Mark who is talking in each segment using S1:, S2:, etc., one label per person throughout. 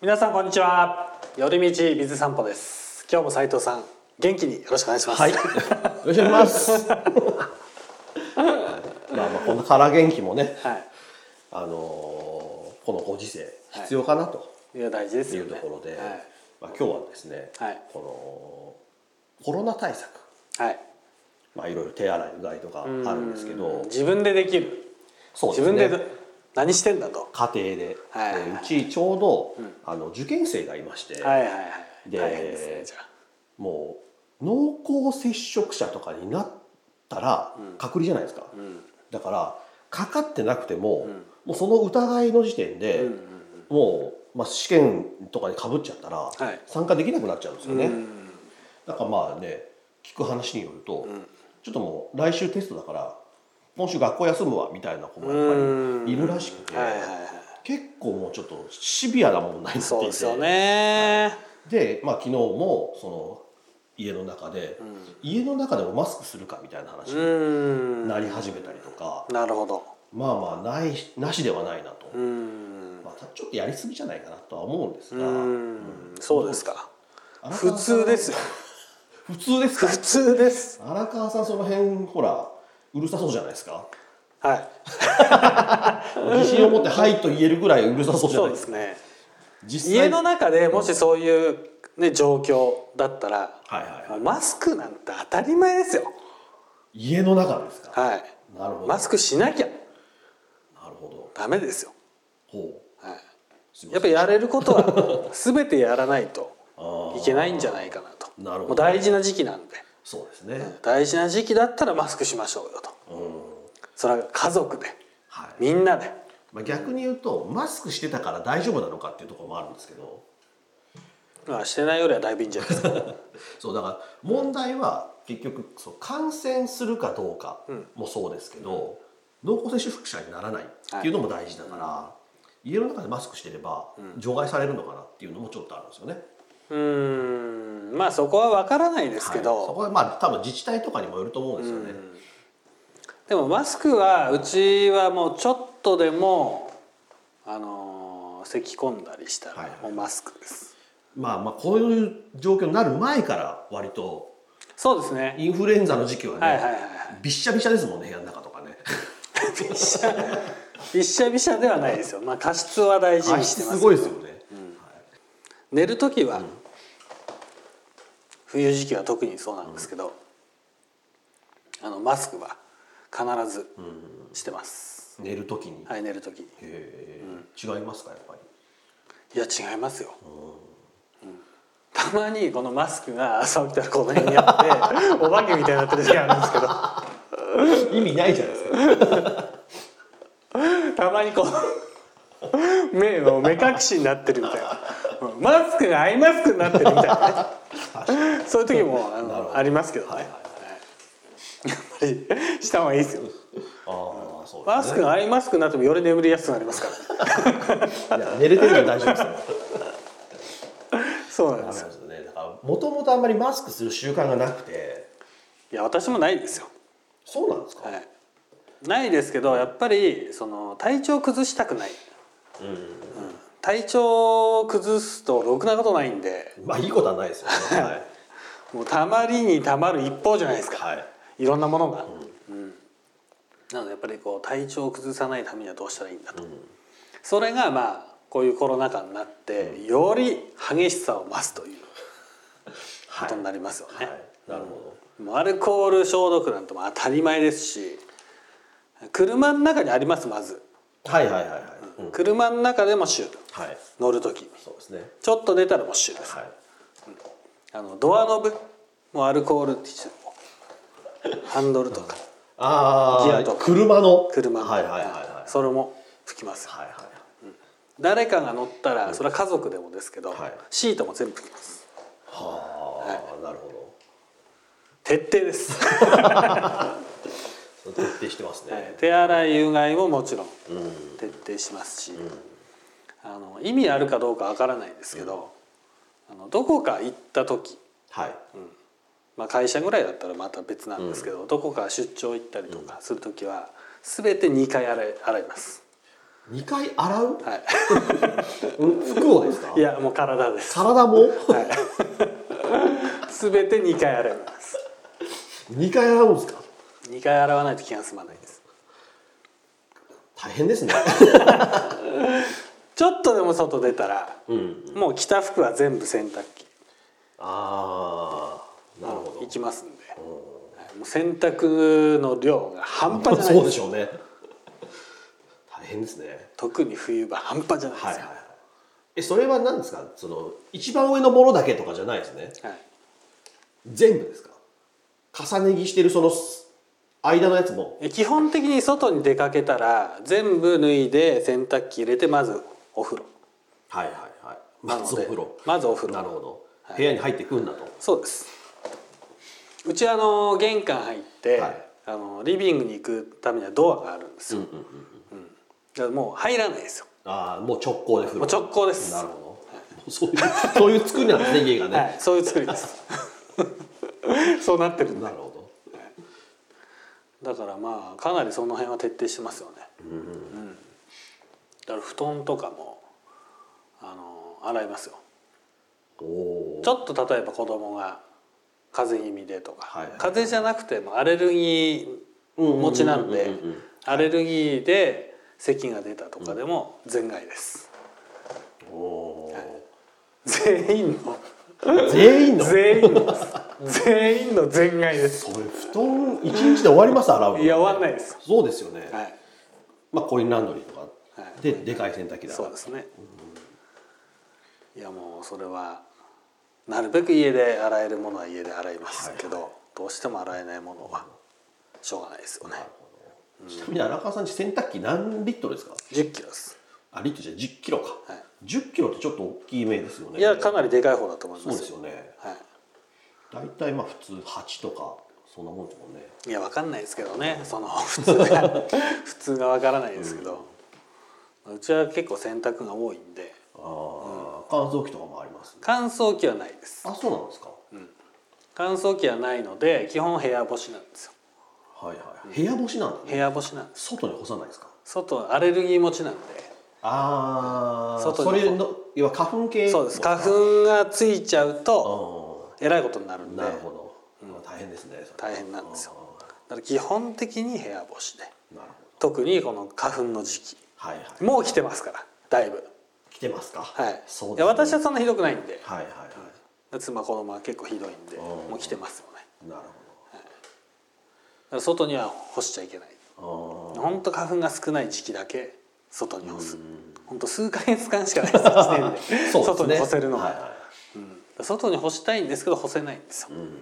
S1: 皆さんこんにちは夜道水散歩です今日も斉藤さん元気によろしくお願いします、
S2: はい。よろしくお願いし ます。まあまあこの空元気もね、
S1: は
S2: あのーこのご時世必要かなと
S1: い、いや大事です
S2: い
S1: よ
S2: う
S1: ね
S2: ところ
S1: は
S2: で、
S1: い
S2: まあ今日はですね、
S1: はい
S2: このコロナ対策、
S1: はい、
S2: まあいろいろ手洗いうがいとかあるんですけ
S1: うん
S2: ど、
S1: 自分でできる
S2: そう
S1: 自
S2: です
S1: 分で
S2: ね。
S1: ど何してんだと
S2: 家庭で、
S1: はいはい
S2: でうちちょうど、あの受験生がいまして、
S1: はいはいはい
S2: で
S1: 大変ですねじゃ
S2: もう濃厚接触者とかになったら隔離じゃないですか、だからかかってなくても、もうその疑いの時点で、もう、まあ、試験とかにかぶっちゃったら、
S1: い
S2: 参加できなくなっちゃうんです
S1: あ
S2: よね、
S1: うん
S2: だからまあね聞く話によると、ちょっともう来週テストだから今週学校休むわみたいな子もやっぱりいるらしくて、
S1: はいはいは
S2: 結構もうちょっとシビアな問
S1: い
S2: 題になっていて
S1: そうですよね
S2: で、まあ、昨日もその家の中で、家の中でもマスクするかみたいな話
S1: う
S2: に
S1: ん
S2: なり始めたりとか、
S1: なるほど
S2: まあまあないなしではないなと、
S1: うん
S2: まあ、たちょっとやりすぎじゃないかなとは思うんです
S1: う
S2: が、
S1: んそうですか
S2: 荒川
S1: 普
S2: さん
S1: 通です よ
S2: 普通ですか
S1: 普通です
S2: 荒川さんその辺ほらうるさそうじゃないですか
S1: はい
S2: 自信を持って「はい」と言えるぐらいうるさそうじゃ
S1: そ
S2: な
S1: う
S2: い
S1: で
S2: です
S1: す
S2: か
S1: ね
S2: 実際
S1: 家の中でもしそういう、ね、状況だったら、
S2: はいはいはい
S1: マスクなんて当たり前ですよ、
S2: 家の中ですか
S1: はい、
S2: なるほど
S1: マスクしなきゃ
S2: なるほど
S1: ダメですよ、
S2: ほう
S1: はい、
S2: すい
S1: や
S2: ま
S1: っぱ
S2: せん
S1: やれることは全てやらないと
S2: あー
S1: いけないんじゃないかなと
S2: なるほど
S1: もう大事な時期なんで
S2: そうですね、
S1: 大事な時期だったらマスクしましょうよと
S2: うん
S1: それは家族で
S2: はい
S1: みんなで
S2: まあ、逆に言うとマスクしてたから大丈夫なのかっていうところもあるんですけど
S1: まあしてないよりはだいぶいいんじゃないです か
S2: そうだから問題は結局そう感染するかどうかもそうですけど、濃厚接触者にならないっていうのも大事だから、家の中でマスクしてれば除外されるのかなっていうのもちょっとあるんですよね。
S1: うーんまあそこは分からないですけど、
S2: はいそこはまあ多分自治体とかにもよると思うんですよね。
S1: でもマスクはうちはもうちょっとでもあのー咳き込んだりした
S2: はい
S1: ら
S2: はい
S1: もうマスクです、
S2: まあまあこういう状況になる前から割と
S1: そうですね
S2: インフルエンザの時期はね、
S1: はいはいはいは
S2: びっしゃびしゃですもんね部屋の中とかね。
S1: いびっしゃびっしゃびしゃではないですよまあ加湿は大事に してます
S2: すごいですよね。はい
S1: 寝る時は、冬時期は特にそうなんですけど、あのマスクは必ずしてます、
S2: 寝るときに、
S1: はい寝る時に
S2: へー違いますかやっぱ
S1: い
S2: り
S1: や違いますよ、うんたまにこのマスクが朝起きたらこの辺にあって お化けみたいになってる時あるんですけど
S2: 意味ないじゃないですか
S1: たまにこう目の目隠しになってるみたいなうんマスクがアイマスクになってるみたいなねそういう時もあ
S2: なるほ
S1: の
S2: ど
S1: ありますけどね、
S2: はい
S1: や
S2: は
S1: っぱりした方がいいですよ
S2: ああそう
S1: マスクがアイマスクになってもより眠りやすくなりますから
S2: いや寝れてるのは大丈夫ですよ
S1: そうなん
S2: ダ
S1: で
S2: メ
S1: す
S2: なん
S1: よ
S2: ですよねだからもともとあんまりマスクする習慣がなくて
S1: いや私もないですよ
S2: そうなんですか、
S1: はい、ないですけどやっぱりその体調崩したくない、うん体調を崩すとろくなことないんで
S2: まあいいことはないですよねはい、
S1: もうたまりにたまる一方じゃないですか、
S2: はい、
S1: いろんなものが、うんなのでやっぱりこう体調を崩さないためにはどうしたらいいんだと、それがまあこういうコロナ禍になってより激しさを増すという
S2: は
S1: こ
S2: い
S1: とになりますよね、
S2: はいなるほ
S1: もうアルコール消毒なんてもう当たり前ですし車の中にありますまず
S2: どはいはいはいはい、うん
S1: 車の中でもシュー
S2: はい
S1: 乗る時
S2: そうですね
S1: ちょっと出たらもうシューです
S2: はい
S1: あのドアノブもうアルコールってハンドルとかギ
S2: あ
S1: アと
S2: あ
S1: か
S2: 車の
S1: 車の
S2: はいはいはいはい
S1: それも吹きます
S2: はいは
S1: 誰かが乗ったらそれは家族でもですけど、
S2: はい
S1: シートも全部吹きます
S2: いはあ、なるほど
S1: 徹底です
S2: それ徹底してますね、
S1: はい手洗いうがいももちろん
S2: うん
S1: 徹底しますし、あの意味あるかどうかわからないですけど、あのどこか行った時
S2: はい、
S1: まあ、会社ぐらいだったらまた別なんですけど、どこか出張行ったりとかする時は全て2回洗い洗います
S2: 2回洗う
S1: はい、
S2: 服をですか
S1: いやもう体です
S2: 体も
S1: 全て2回洗います
S2: 2回洗うんですか
S1: 2回洗わないと気が済まないです
S2: 大変ですね
S1: ちょっとでも外出たら
S2: うん
S1: もう着た服は全部洗濯機
S2: ああなるほど
S1: 行きますんで、はいもう洗濯の量が半端じゃない
S2: そう
S1: で
S2: ですしょうね大変ですね
S1: 特に冬場半端じゃないですよ、
S2: えそれは何ですかその一番上のものだけとかじゃないですね
S1: はい
S2: 全部ですか重ね着してるその間のやつも
S1: え基本的に外に出かけたら全部脱いで洗濯機入れてまずお風呂
S2: はいはいはいまずお風呂
S1: まずお風呂
S2: なるほど、部屋に入ってくんだと
S1: そうですうちあの玄関入って、
S2: はい
S1: あのリビングに行くためにはドアがあるんですよ、だからもう入らないですよ
S2: ああもう直行で風
S1: も
S2: 呂
S1: う直行です
S2: なるほどもうそういうそういう作りなんですね家がね、
S1: はい、そういう作りです そうなってるん
S2: な
S1: だ
S2: るほ
S1: だからまあかなりその辺は徹底してますよね、うんだから布団とかもあの洗いますよ
S2: どおお
S1: ちょっと例えば子供が風邪気味でとか、
S2: はいはい
S1: 風邪じゃなくてもアレルギー持ちなんで
S2: うんうんうんうんうん
S1: アレルギーで咳が出たとかでも全外です、
S2: おお
S1: 全員の
S2: ー全員のそれ
S1: 全員の全員の全外です
S2: 布団一日で終わります洗うの
S1: いや終わんないです
S2: そうですよね、
S1: はい
S2: まあコインランドリーとか
S1: はい
S2: で、でかい洗濯機だ
S1: そうですねいやもうそれはなるべく家で洗えるものは家で洗いますけど、どうしても洗えないものはしょうがないですよね
S2: なるほどちなみに荒川さんち洗濯機何リットルですか
S1: 1 0キロです
S2: あリットルじゃ10キロか、
S1: はい
S2: 10キロってちょっと大きい目ですよね
S1: いやかなりでかい方だと思い
S2: そ
S1: ま
S2: う
S1: す
S2: ですよね
S1: は
S2: 大体まあ普通8とかそんなもんですもんね
S1: い、いやわかんないですけどねその 普通が普通がわからないですけど、うちは結構洗濯が多いんで
S2: ああ、乾燥機とかもあります
S1: 乾燥機はないです
S2: あそうなんですか、
S1: 乾燥機はないので基本部屋干しなんですよ
S2: はいはい部屋干しなんだね
S1: 部屋干しなんです
S2: 外に干さないですか
S1: 外アレルギー持ちなんで
S2: ああ
S1: 外
S2: そ
S1: に
S2: れの要は花粉系
S1: そうです花粉がついちゃうと
S2: 粉
S1: えらいことになるんで
S2: なるほど、大変ですねそれ
S1: 大変なんですよ
S2: あ
S1: だから基本的に部屋干しで
S2: ーなるほど
S1: 特にこの花粉の時期
S2: はいはい
S1: もう来てますからだいぶ
S2: 来てますか
S1: はい
S2: そう
S1: い
S2: で
S1: や
S2: すね
S1: 私はそんなひどくないんで
S2: はいはいは
S1: 妻子供は結構ひどいんで
S2: うん
S1: もう来てますよね
S2: いなる
S1: だから外には干しちゃいけない
S2: ほどあ
S1: ほんと花粉が少ない時期だけ外に干すほんと数ヶ月間しかない です1年
S2: ー
S1: で
S2: そうです
S1: 外
S2: ね
S1: に干せるの
S2: はい
S1: が
S2: は
S1: うん外に干したいんですけど干せないんですよ
S2: い、うんうんうん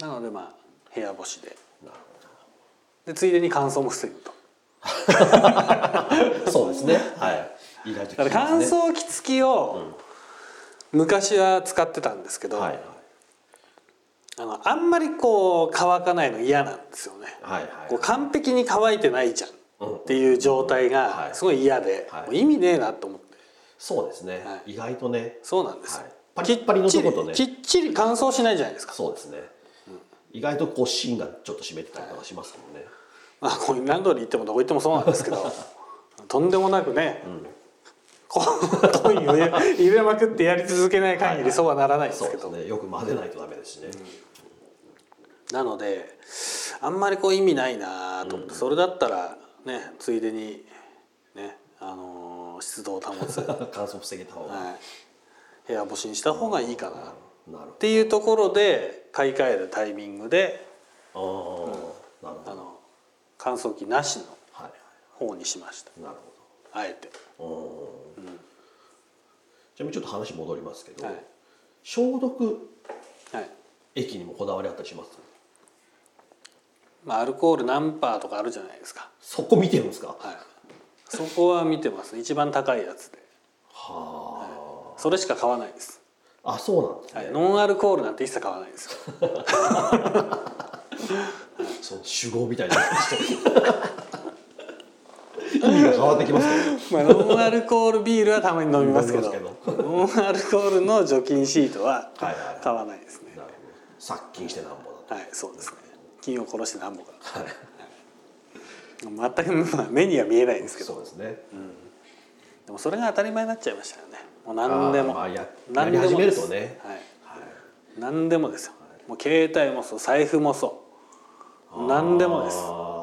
S1: なのでまあ部屋干しで
S2: なる
S1: でついでに乾燥も防ぐと
S2: ほどそうですねはい意
S1: だ
S2: 外と聞きますね
S1: から乾燥機付きを昔は使ってたんですけど、
S2: はい
S1: あのあんまりこう乾かないの嫌なんですよね、
S2: はいはいはい
S1: こう完璧に乾いてないじゃんっていう状態
S2: は
S1: が
S2: い
S1: すごい嫌で、
S2: はい
S1: もう意味ねえなと思って
S2: そうですね、
S1: はい
S2: 意外とね
S1: そうなんですよ、
S2: はいパリッパリのとことね
S1: きっちりきっちり乾燥しないじゃないですか、
S2: そうですね、意外とこう芯がちょっと湿ってたりとかしますもんね、
S1: まあ、こう何度に行ってもどこ行ってもそうなんですけ どとんでもなくね、こうトイを 入れまくってやり続けない限りそうはならないです
S2: そう
S1: け
S2: で
S1: ど
S2: すねよく混ぜないとダメですしね、
S1: なのであんまりこう意味ないなと思って、それだったらねついでにねあのー湿度を保 つ、は
S2: 乾燥防げた方が、
S1: い、部屋干しにした方がいいかなっ
S2: なる
S1: ていうところで買い替えるタイミングで
S2: ほどああ、なるほど
S1: あの乾燥機なしの
S2: は
S1: 方にしました
S2: いなる
S1: あえて、
S2: ほど、うんちなみにちょっと話戻りますけど、
S1: はい
S2: 消毒
S1: はい
S2: 液にもこだわりあったりします
S1: まあ、アルコール何パーとかあるじゃないですか、
S2: そこ見てるんですかは
S1: はい、そこは見てます一番高いやつで
S2: あ、
S1: それしか買わないです、
S2: あそうなんですね、
S1: はい、ノンアルコールなんて一切買わないです よ
S2: そう主語みたいな意味が変わってきますけど、ね、
S1: まあ、ノンアルコールビールはたまに飲みますけど
S2: 飲みますけ
S1: ノンアルコールの除菌シートは
S2: はいはいはい
S1: 買わないですね
S2: なるほど殺菌してなんぼだと
S1: はいそうですね菌を殺してなんぼか全くまあ目には見えないですけ
S2: そう
S1: ど
S2: ですね
S1: でもそれが当たり前になっちゃいましたよねもう何でも、
S2: あーまあや
S1: 何でも
S2: やり始めると
S1: で
S2: ね
S1: すはい
S2: はい
S1: 何でもですよもう携帯もそう財布もそう何でもです、は
S2: あー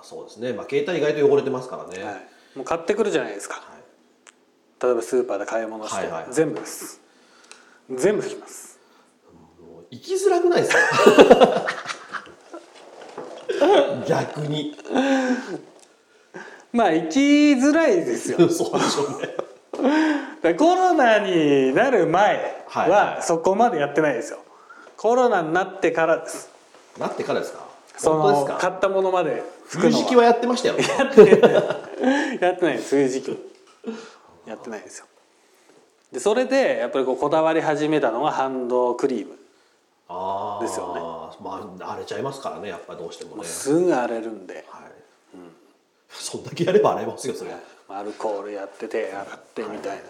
S2: そうですねまあ携帯意外と汚れてますからね、はい
S1: い、もう買ってくるじゃないですか例えばスーパーで買い物して、
S2: はいはいはい
S1: 全部です全部拭きます
S2: もう生きづらくないですか逆に
S1: まあ生きづらいですよ
S2: そうでしょう
S1: だ
S2: ね
S1: からコロナになる前
S2: はいはいは
S1: はいそこまでやってないですよコロナになってからです
S2: なってからですか
S1: その
S2: 本当です
S1: 買
S2: か
S1: ったものまで拭く
S2: 封
S1: の
S2: じ機はやってましたよね
S1: やってない やってないです封じ機やってないですよでそれでやっぱりこうこだわり始めたのがハンドクリーム
S2: ああ
S1: ですよね
S2: まあ荒れちゃいますからねやっぱりどうしてもね
S1: すぐ荒れるんで、
S2: はい、そんだけやれば洗えますよそれ
S1: アルコールやって手洗ってみたいな、う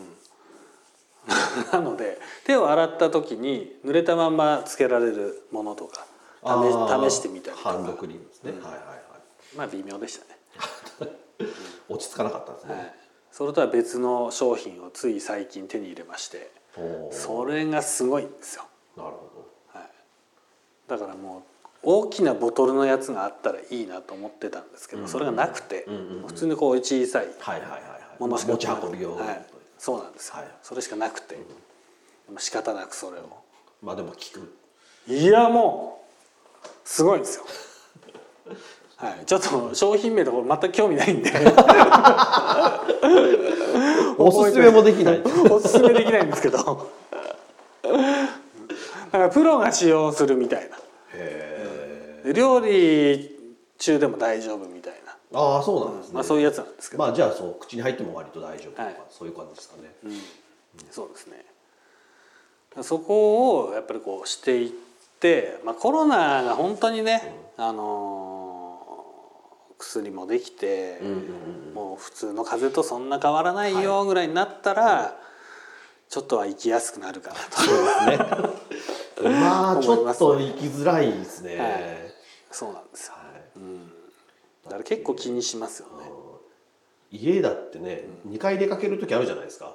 S1: ん なので手を洗った時に濡れたまんまつけられるものとか
S2: あー
S1: 試し試してみたりと
S2: ハンド
S1: か
S2: クリームですね、はいはいはい
S1: まあ微妙でしたね、
S2: 落ち着かなかったんですね、
S1: はい、それとは別の商品をつい最近手に入れまして
S2: おー
S1: それがすごいんですよ
S2: なるほ
S1: だからもう大きなボトルのやつがあったらいいなと思ってたんですけど、それがなくて、
S2: んうんうん
S1: 普通にこう小さい
S2: どはいはいはいはい
S1: ものしか
S2: 持ち運び用、
S1: はい、そうなんですよ、
S2: はい
S1: それしかなくて、でも仕方なくそれを
S2: まあでも聞く
S1: いやもうすごい ですよはいちょっと商品名とか全く興味ないんで
S2: おすすめもできない
S1: おすすめできないんですけどなんかプロが使用するみたいな
S2: へ
S1: で
S2: え
S1: 料理中でも大丈夫みたいな、
S2: ああそうなんですね、
S1: まあ、そういうやつなんですけど、
S2: まあじゃあそう口に入っても割と大丈夫とか、
S1: はい
S2: そういう感じですかね、
S1: そうですねそこをやっぱりこうしていって、まあ、コロナが本当にね、あのー薬もできて、
S2: うんうん
S1: もう普通の風邪とそんな変わらないよぐらいになったら、ちょっとは生きやすくなるかなと
S2: うんねまあち
S1: 思い
S2: ょ
S1: ま
S2: っ
S1: すね
S2: と行きづらいですね、
S1: は
S2: はいい
S1: そうなんですよだから結構気にしますよね、
S2: 家だってね、2回出かける時あるじゃないですか
S1: はい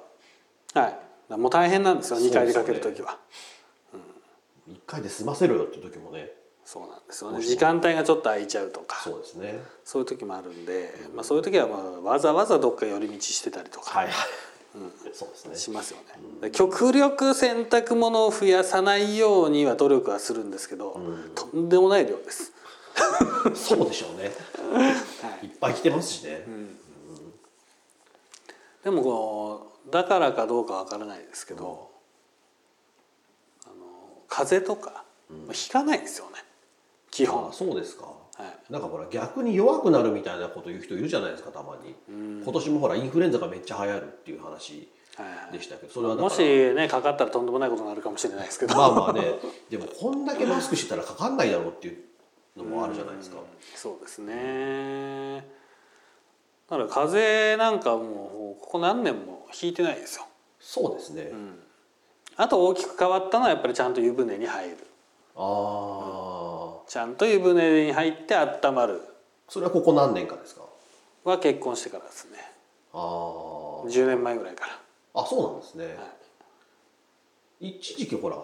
S1: だからもう大変なんですよ
S2: そう
S1: 2
S2: ですよ
S1: 回
S2: ね
S1: 出かける時は
S2: 1回で済ませろよって時もね
S1: そうなんですよね時間帯がちょっと空いちゃうとか
S2: そうですね
S1: そういう時もあるんで、まあ、そういう時はまあわざわざどっか寄り道してたりとか
S2: はいはい、そうです
S1: し
S2: ね
S1: ますよね、極力洗濯物を増やさないようには努力はするんですけど、とんでもない量です、
S2: そうでしょうね
S1: はい
S2: いっぱい来てますしね、
S1: でもこうだからかどうかわからないですけど、あの風邪とか、ひかないですよね基
S2: あ
S1: 本
S2: あそうですか、
S1: は
S2: なんかほら逆に弱くなるみたいなこと言う人いるじゃないですかたまに、今年もほらインフルエンザがめっちゃ流行るっていう話
S1: はいはい
S2: でしたけどそれはだから
S1: もしねかかったらとんでもないことになるかもしれないですけど、
S2: まあまあねでもこんだけマスクしてたらかかんないだろうっていうのもあるじゃないですか、
S1: そうですねだから風邪なんかもうここ何年も引いてないですよ
S2: そうですね、
S1: あと大きく変わったのはやっぱりちゃんと湯船に入る
S2: ああ
S1: ちゃんと湯船に入って温まる
S2: それはここ何年かですか
S1: は結婚してからですね
S2: あー
S1: 10年前ぐらいから
S2: あそうなんですね、一時期ほら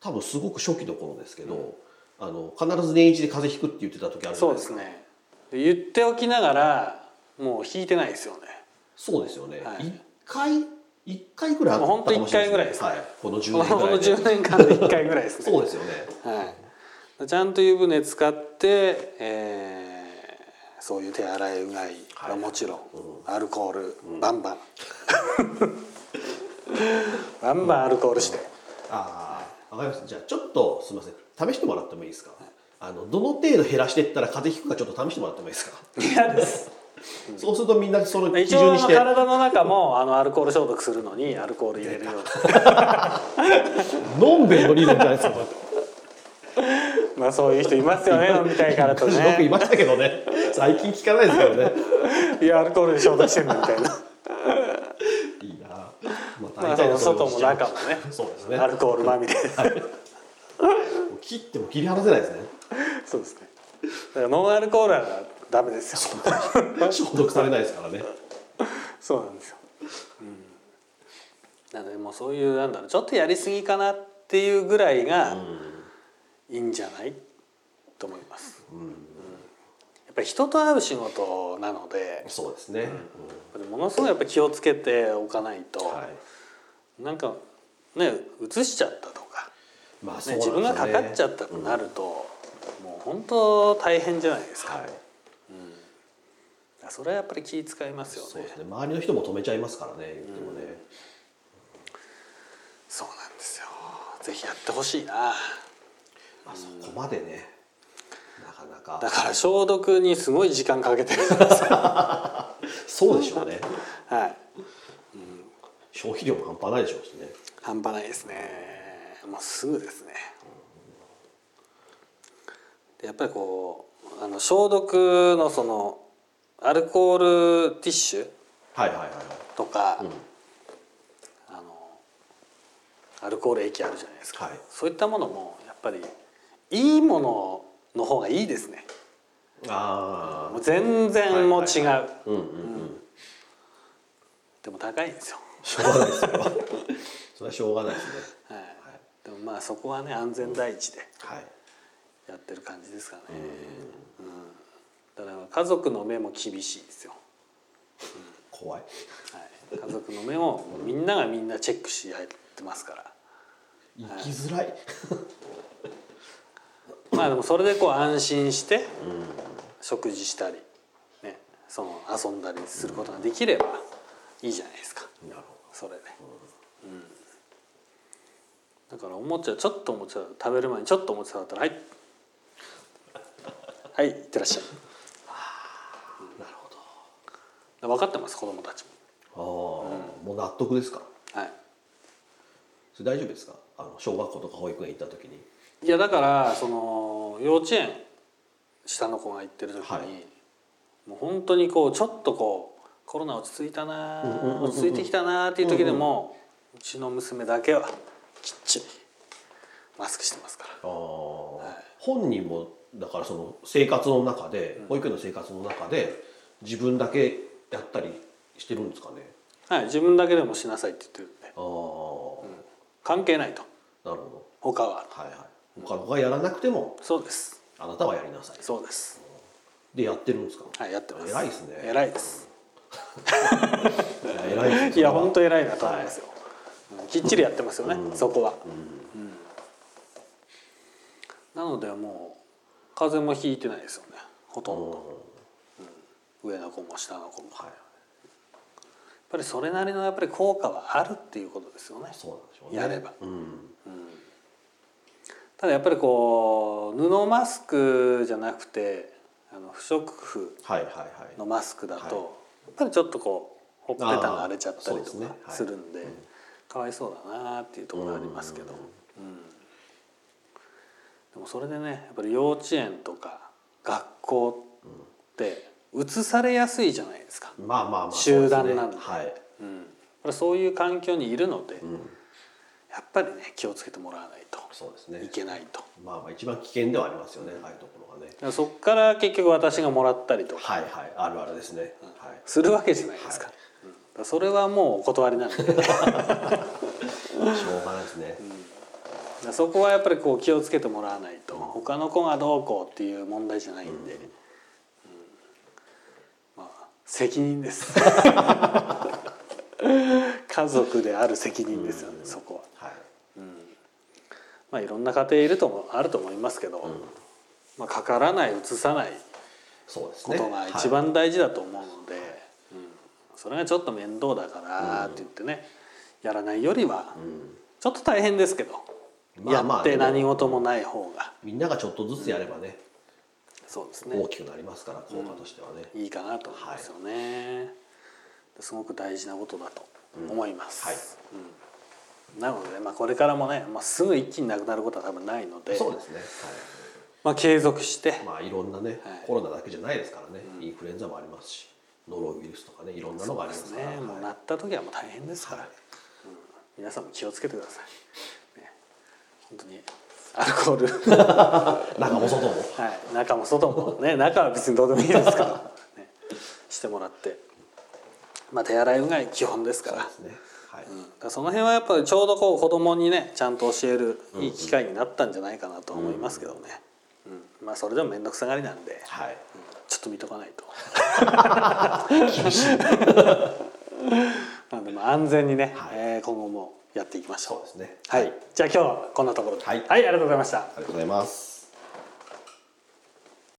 S2: 多分すごく初期の頃ですけど、あの必ず年一で風邪ひくって言ってた時あるじ
S1: そ
S2: ゃな
S1: うで
S2: いです
S1: す
S2: か
S1: ねで言っておきながらもう引いてないですよね
S2: そうですよね、
S1: はい
S2: 一回一回ぐらいあったかもしれない
S1: もうほんと一回ぐらいですね
S2: はい、この 10
S1: この
S2: 年ぐらいで
S1: 10年間で1回ぐらいですね
S2: そうですよね
S1: はい、ちゃんと湯船使って、えーそういう手洗いうがいはもちろん、アルコール、バンバン バンバンアルコールして、
S2: ああわかりましたじゃあちょっとすみません試してもらってもいいですか、あのどの程度減らしていったら風邪ひくかちょっと試してもらってもいいですか、
S1: 嫌です
S2: そうするとみんなその基
S1: 一
S2: 準
S1: 応あ
S2: に
S1: の
S2: して
S1: 体の中もあのアルコール消毒するのにアルコール入れるよう
S2: のんべえの理論じゃないで す か
S1: なまあそういう人いますよね 飲みたいからと
S2: すごくい
S1: ね
S2: ましたけどね最近聞かないですけどね
S1: いやアルコールで消毒してんだみたいな、
S2: いいなまあ
S1: まあ、その外も中もね
S2: そうです ね
S1: アルコールまみれ
S2: 切っても切り離せないですね
S1: そうですね。だからノンアルコールはダメですよ
S2: 消毒されないですからね
S1: そうなんですよ、うん、なのでもうそういうなんだろうちょっとやりすぎかなっていうぐらいがいいんじゃないと思います、うんやっぱり人と会う仕事なので
S2: そうですね、
S1: ものすごいやっぱ気をつけておかないと、
S2: うんはい
S1: なんかね移しちゃったとか、
S2: まあそ
S1: ね
S2: うなんです
S1: 自
S2: よね
S1: 分がかかっちゃったとなると、もう本当大変じゃないですか、
S2: はい
S1: それはやっぱり気使いますよ
S2: そう
S1: ね
S2: ですね周りの人も止めちゃいますからね言ってもね、
S1: そうなんですよぜひやってほしいな
S2: あそこまでねなかなか
S1: だから消毒にすごい時間かけてる
S2: そうでしょうね
S1: はい
S2: 消費量も半端ないでしょうしね
S1: 半端ないですねもうすぐですねでやっぱりこうあの消毒のそのアルコールティッシュ
S2: はいはいはいはい
S1: とか、
S2: ん
S1: あのアルコール液あるじゃないですか、
S2: はい
S1: そういったものもやっぱりいいものの方がいいですね
S2: あ
S1: もう全然もう違う、
S2: はあうんうんうん
S1: でも高いんですよ、
S2: しょうがないですよそれはしょうがないですね
S1: はいでもまあそこはね安全第一で
S2: はい
S1: やってる感じですかね、うんだから家族の目も厳しいですよ、
S2: 怖い
S1: はい、家族の目もみんながみんなチェックし合ってますから
S2: 生きづらい、
S1: まあでもそれでこう安心して食事したり、ね、その遊んだりすることができればいいじゃないですか
S2: なるほ
S1: それで、うん、だからおもちゃちょっとおもちゃ食べる前にちょっとおもちゃだったらはいはいいってらっしゃい
S2: どなるほ
S1: 分かってます子供たち
S2: どああ、もう納得ですか
S1: もはい
S2: それ大丈夫ですかあの小学校とか保育園行った時に
S1: いやだからその幼稚園下の子が行ってる時に、
S2: はい
S1: もう本当にこうちょっとこうコロナ落ち着いたな
S2: うんうんうんうん
S1: 落ち着いてきたなっていう時でも、うちの娘だけはきっちりマスクしてますから
S2: ああ、本人もだからその生活の中で、保育園の生活の中で自分だけやったりしてるんですかね
S1: はい、自分だけでもしなさいって言ってるんで
S2: ああ、
S1: 関係ないと
S2: なるほ
S1: 他は
S2: どはいはい他の子がやらなくても
S1: そうです
S2: あなたはやりなさい
S1: そうです
S2: でやってるんですか、
S1: はいやってます
S2: 偉いですね
S1: 偉いです
S2: いや偉いです
S1: いや本当偉いなと思いますよ、うんきっちりやってますよね、そこは、うんなのでもう風邪もひいてないですよねほとんど、上の子も下の子も、やっぱりそれなりのやっぱり効果はあるっていうことですよね
S2: そうなんでしょうね
S1: やれば
S2: うん
S1: ただやっぱりこう布マスクじゃなくてあの不織布
S2: はいはいはい
S1: のマスクだと、
S2: はい
S1: やっぱりちょっとこうほっぺたが荒れちゃったり
S2: あー
S1: と
S2: そうですね
S1: か
S2: はい
S1: するんでかわいそうだなっていうところありますけど、うんでもそれでねやっぱり幼稚園とか学校ってうつされやすいじゃないですか、
S2: まあまあまあ
S1: 集団なんで
S2: そうすねはい
S1: うん、やっぱりそういう環境にいるので、
S2: ん
S1: やっぱりね気をつけてもらわないと
S2: そうですね
S1: いけないと。
S2: まあまあ一番危険ではありますよね、ああいうところがね
S1: だからそこから結局私がもらったりとか
S2: はいはいあるあるですね、はい
S1: するわけじゃないですか,、
S2: は
S1: うんだからそれはもうお断りなんで
S2: しょうがないですね、
S1: そこはやっぱりこう気をつけてもらわないと他の子がどうこうっていう問題じゃないんで、うんまあ責任です 家族である責任ですよねそこは、
S2: はい
S1: まあ、いろんな家庭いるともあると思いますけど、まあ、かからない移さない
S2: そうです
S1: こ
S2: ね
S1: とが一番大事だと思うので、うん、それがちょっと面倒だからって言ってね、やらないよりはちょっと大変ですけど、
S2: まあまあ
S1: やって何事もない方が
S2: みんながちょっとずつやればね、
S1: そうですね
S2: 大きくなりますから効果としてはね、
S1: いいかなと思うんですよね、すごく大事なことだと思います、
S2: はい
S1: うんなので、まあ、これからもね、まあ、すぐ一気になくなることは多分ないので、
S2: そうですね、
S1: まあ、継続して、
S2: はい、まあいろんなね、
S1: はい
S2: コロナだけじゃないですからね、インフルエンザもありますしノロウイルスとかねいろんなのがありま
S1: です
S2: す
S1: ね
S2: から、はい
S1: もうなった時はもう大変ですから、
S2: はい
S1: 皆さんも気をつけてください、ね、本当にアルコール
S2: 中も外も
S1: はい、中も外もね中は別にどうでもいいですから、 ね、してもらって、まあ、手洗いうがい基本ですから
S2: ですねはい、
S1: うんだからその辺はやっぱりちょうどこう子供にねちゃんと教えるいい機会になったんじゃないかなと思いますけどね、うんまあそれでも面倒くさがりなんで
S2: はい
S1: ちょっと見とかないと なんでまあ安全にね、
S2: はい
S1: えー今後もやっていきまし
S2: そう
S1: ょ
S2: ですね
S1: うはいじゃあ今日はこんなところで
S2: はい
S1: はい、ありがとうございました
S2: ありがとうございます